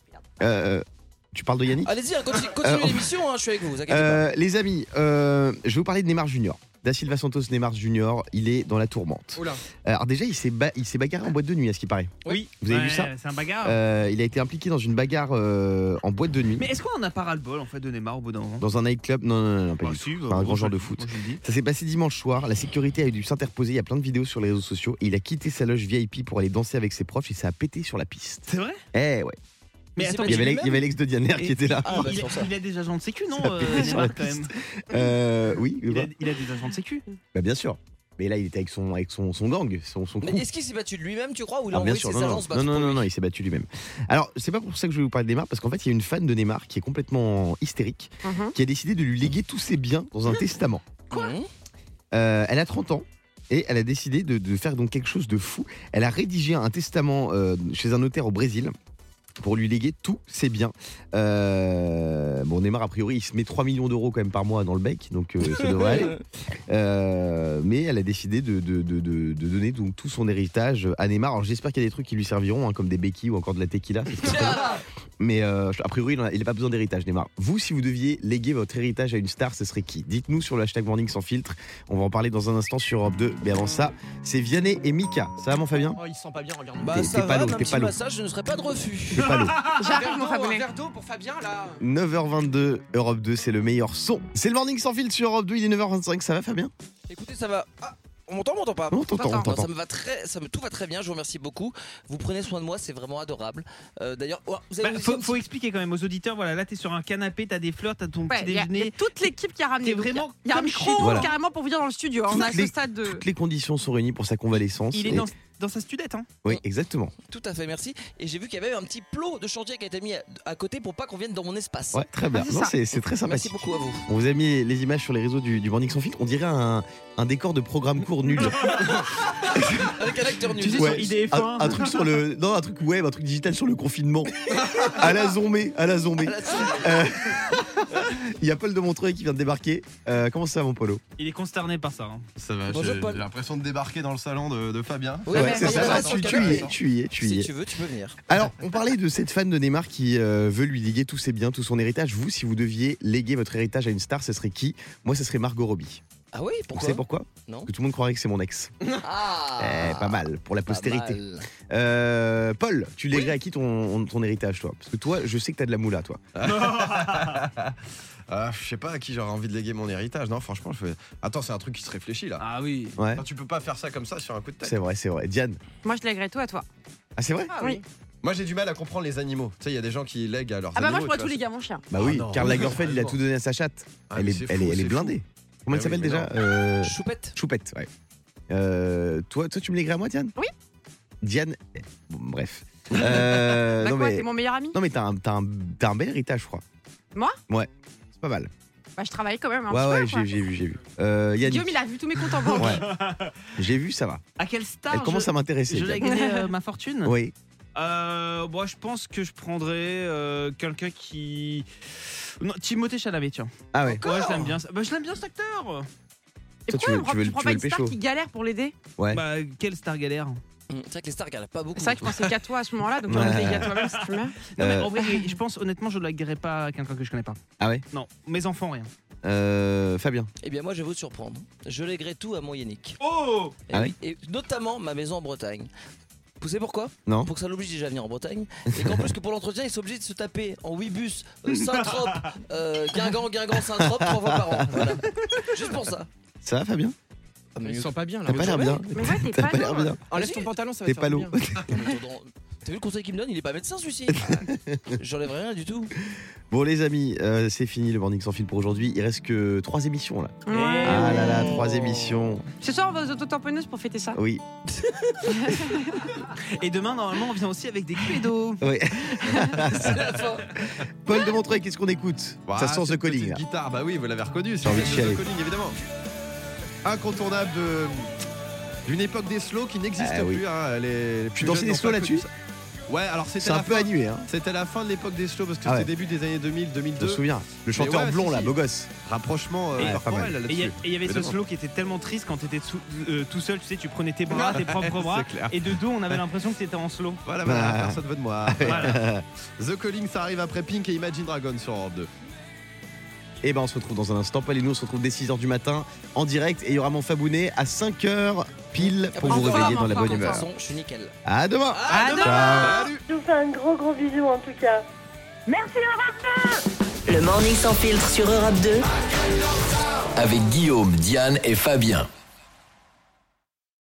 Euh, euh, tu parles de
Ah,
Yannick
Allez-y, hein, continue- continuez,
Euh,
l'émission, hein, je suis avec vous, vous inquiétez
Euh, Les amis, euh, je vais vous parler de Neymar Junior. Da Silva Santos Neymar Junior, il est dans la tourmente. Euh,
Oula.
Alors déjà, il s'est ba- il s'est bagarré en boîte de nuit, à ce qui paraît.
Oui.
Vous avez vu
Ouais,
ça
C'est un bagarre.
Euh, Il a été impliqué dans une bagarre euh, en boîte de nuit,
Mais est-ce qu'on en a pas ras-le-bol en fait de Neymar au bout d'un moment
dans un nightclub. Non, non, non, non, pas
Bah,
du tout.
si, bah,
Pas un grand
moi,
joueur
je-
de foot.
moi, je le dis.
Ça s'est passé dimanche soir. La sécurité a dû s'interposer. Il y a plein de vidéos sur les réseaux sociaux. Et il a quitté sa loge VIP pour aller danser avec ses proches et ça a pété sur la piste.
C'est vrai
Eh ouais.
Mais
c'est
attends,
pas
Il y
du
avait
lui-même
l'ex- il y avait l'ex de Dianer
Et-
qui était là.
Ah, bah,
il,
c'est
a,
pour ça.
il a des agents de sécu, non
Ça a
euh,
pété sur la
Neymar quand même.
piste. Euh, oui.
Il a,
quoi
il a des agents de sécu.
Bah, bien sûr. Mais là, il était avec son, avec son, son gang, son, son
Mais
crew.
est-ce qu'il s'est battu de lui-même, tu crois, ou il a
Ah, bien
envoyé
sûr,
ses
non, non,
agences bah,
non, non, non, non, il s'est battu lui-même. Alors, c'est pas pour ça que je vais vous parler de Neymar, parce qu'en fait, il y a une fan de Neymar qui est complètement hystérique,
Mhm.
qui a décidé de lui léguer tous ses biens dans un testament.
Quoi
Euh, elle a 30 ans et elle a décidé de, de faire donc quelque chose de fou. Elle a rédigé un testament euh, chez un notaire au Brésil pour lui léguer tous ses biens. Euh, bon, Neymar, a priori, il se met 3 millions d'euros quand même par mois dans le bec, donc euh, ça devrait aller. Euh, mais elle a décidé de, de- de- de- de donner donc, tout son héritage à Neymar. Alors j'espère qu'il y a des trucs qui lui serviront, hein, comme des béquilles ou encore de la tequila. ça serait cool.
Ah.
mais euh, a priori, il en a- il n'a pas besoin d'héritage, Neymar. Vous, si vous deviez léguer votre héritage à une star, ce serait qui Dites-nous sur le hashtag Morning sans filtre. On va en parler dans un instant sur Europe 2. Mais avant ça, c'est Vianney et Mika. Ça va, mon Fabien
Oh, il se sent pas bien, regarde.
Bah, T'es- ça t'es pas va, lourd, d'un t'es petit pas lourd.
je ne serais pas de refus.
T'es pas lourd.
J'arrive, mon
Un
hein,
Fabien.
verre d'eau pour Fabien, là.
9h22, Europe 2, c'est le meilleur son. C'est le morning sans filtre sur Europe 2, il est 9h25, ça va Fabien
Écoutez, ça va. Ah, on m'entend, on m'entend pas
On t'entend, on
Non,
t'entend.
Ça me va très, ça me, tout va très bien. Je vous remercie beaucoup. Vous prenez soin de moi, c'est vraiment adorable. Euh, D'ailleurs, oh, vous avez
Bah,
aussi
faut,
une-
faut expliquer quand même aux auditeurs, voilà, là t'es sur un canapé, t'as des fleurs, t'as ton
Ouais,
petit
il y, a- il y
déjeuner.
a toute l'équipe qui a ramené.
T'es
donc il y a-
vraiment
Il y a un
comme chez
micro
toi.
carrément pour vous dire dans le studio. hein. On est à
Toutes
ce
les-
stade de.
Toutes les conditions sont réunies pour sa convalescence.
Il est
et-
dans, dans sa studette, hein.
Oui, exactement.
Tout à fait, merci. Et j'ai vu qu'il y avait un petit plot de chantier qui a été mis à, à côté pour pas qu'on vienne dans mon espace.
Ouais, bah, très bien.
Ah, c'est
Non,
ça.
c'est c'est très
Merci
sympathique.
beaucoup à vous.
On vous a mis les images sur les réseaux du, du morning sans filtre. On dirait un, un décor de programme court nul.
Avec un acteur nul.
Tu sais, sur IDF1.
un, un truc sur le. Non, un truc web, un truc digital sur le confinement. à la zombie, à la zombie. Euh,
Voilà, c'est-
Il y a Paul de Montreuil qui vient de débarquer. Euh, comment ça va, mon Polo
Il est consterné par ça. hein.
Ça
Ah,
va,
Bonjour,
j'ai
Paul.
j'ai l'impression de débarquer dans le salon de, de Fabien.
Ouais, mais
c'est
on
ça.
va sur
Tu,
le
tu y
canapé.
es, tu y es, tu y
Si
es.
tu veux, tu peux venir.
Alors, on parlait de cette fan de Neymar qui euh, veut lui léguer tous ses biens, tout son héritage. Vous, si vous deviez léguer votre héritage à une star, ce serait qui Moi, ce serait Margot Robbie.
Ah oui,
vous
pourquoi
savez pourquoi
Non.
Parce que tout le monde croirait que c'est mon ex.
Ah
Eh, pas mal, pour la
Pas
postérité.
mal.
Euh, Paul, tu léguerais à qui ton, ton héritage, toi Parce que toi, je sais que t'as de la moula, toi.
Ah, je sais pas à qui j'aurais envie de léguer mon héritage. Non, franchement, je fais. Attends, c'est un truc qui se réfléchit là.
Ah oui.
Ouais,
Enfin, tu peux pas faire ça comme ça sur un coup de tête.
c'est vrai, c'est vrai. Diane
Moi, je lèguerais tout à toi.
Ah, c'est vrai
Ah
oui.
Moi, j'ai du mal à comprendre les animaux. Tu sais, il y a des gens qui lèguent à leurs
Ah bah moi, je
animaux,
pourrais
tu
tous
vois,
les gars, mon chien.
Bah
Ah
oui,
non.
Karl Lagerfeld, il a
Ah non.
tout donné à sa chatte.
Ah, mais
elle, est,
c'est fou,
elle est- elle est
c'est
blindée.
fou.
Comment
Ah
elle s'appelle
oui, mais
déjà Euh,
Choupette.
Choupette, ouais. Euh, toi, toi, tu me léguerais à moi, Diane
Oui.
Diane, eh, bon, bref. Euh,
Bah
non,
quoi,
mais,
t'es mon meilleur ami
non, mais t'as un, t'as un- t'as un bel héritage, je crois.
Moi
Ouais, c'est pas mal.
Bah, je travaille quand même un
ouais, ouais,
petit peu. quoi.
j'ai j'ai vu, j'ai vu. Euh, Yannick,
Guillaume, il a vu tous mes comptes en banque.
Ouais. j'ai vu, ça va.
À quelle star
Elle commence
je,
à m'intéresser.
je
Diane.
vais gagner euh, ma fortune
Oui,
Euh, moi, je pense que je prendrais euh, quelqu'un qui. Non, Timothée Chalamet, tiens.
ah ouais.
ouais, je l'aime bien. ça- Bah, je l'aime bien cet acteur.
Et
Toi, tu
pourquoi
veux-
on prend-
tu veux
tu
le-
prends
tu
pas
veux
une
le
star
pécho.
qui galère pour l'aider
Ouais.
Bah, quelle star galère.
Hum, C'est vrai que les stars regardent pas beaucoup.
C'est vrai que je pensais qu'à toi à ce moment-là, donc
Ouais.
on te léguer à toi-même si tu veux.
Non, mais
Euh,
en vrai, je pense honnêtement, je ne la guérirais pas à quelqu'un que je connais pas.
Ah ouais
Non, mes enfants, rien.
euh, Fabien.
Eh bien, moi, je vais vous surprendre. Je lèguerai tout à mon Yannick.
Oh
Et,
Ah
oui, et notamment ma maison en Bretagne. Vous savez pourquoi
Non.
Pour que ça l'oblige déjà à venir en Bretagne. Et qu'en plus que pour l'entretien, il s'oblige de se taper en 8 bus euh, Saint-Trope, euh, Guingamp, Guingamp, Saint-Trope, trois fois par an. Voilà. Juste pour ça.
Ça va, Fabien
Ah, mais
pas bien
T'as pas l'air bien.
Mais ouais, t'es
T'as
pas
pas l'air
lourd.
bien.
Enlève ton pantalon, ça va
T'es
te
pas
faire du
lourd.
bien.
ah, T'as vu le conseil qu'il me donne Il est pas médecin celui-ci J'enlève rien du tout.
Bon, les amis, euh, c'est fini le morning sans fil pour aujourd'hui. Il reste que trois émissions là.
Ouais.
Ah là là, trois
Oh.
émissions.
Ce soir, on va aux autotamponneuses pour fêter ça.
Oui,
Et demain, normalement, on vient aussi avec des pédos.
oui. Ah.
C'est la fin.
Paul de Montreuil, qu'est-ce qu'on écoute
Ouah,
Ça sent The
Bah, cette
Calling.
petite
là.
guitare, bah oui, vous l'avez reconnu.
J'ai
C'est
envie de
The
chialer.
Calling, évidemment. Incontournable
euh,
de- d'une époque des slows qui n'existe
Ah oui.
plus. hein. Les, les
Tu
plus
dansais
jeunes
des
n'ont
slows
pas
là-dessus
connu ça. Ouais, alors c'était
C'est un
la,
peu
fin,
animé, hein.
c'était la fin de l'époque des slows parce que
Ah
c'était
ouais.
début des années 2000,
Je me
2002.
souviens. Le chanteur
ouais,
blond
si,
là,
si.
beau gosse.
Rapprochement euh,
Et-
corporel
Et il y a-
là-dessus.
et il y avait ce
Évidemment.
slow qui était tellement triste quand t'étais sous- euh, tout seul, tu sais, tu prenais tes bras, tes propres bras,
C'est clair.
et de dos, on avait l'impression que t'étais en slow.
Voilà, voilà,
Bah.
personne veut de moi.
Voilà.
The Calling, ça arrive après Pink et Imagine Dragon sur Europe 2.
Et ben on se retrouve dans un instant. Paul et nous, on se retrouve dès 6h du matin en direct. Et il y aura mon Fabounet à 5h pile pour vous
Encore,
réveiller dans la
encore,
bonne
De toute
humeur.
façon, je suis nickel.
À demain
À
demain. Ciao.
Je vous fais un gros gros bisou en tout cas. Merci
Le Morning sans filtre sur Europe 2.
Avec Guillaume, Diane et Fabien.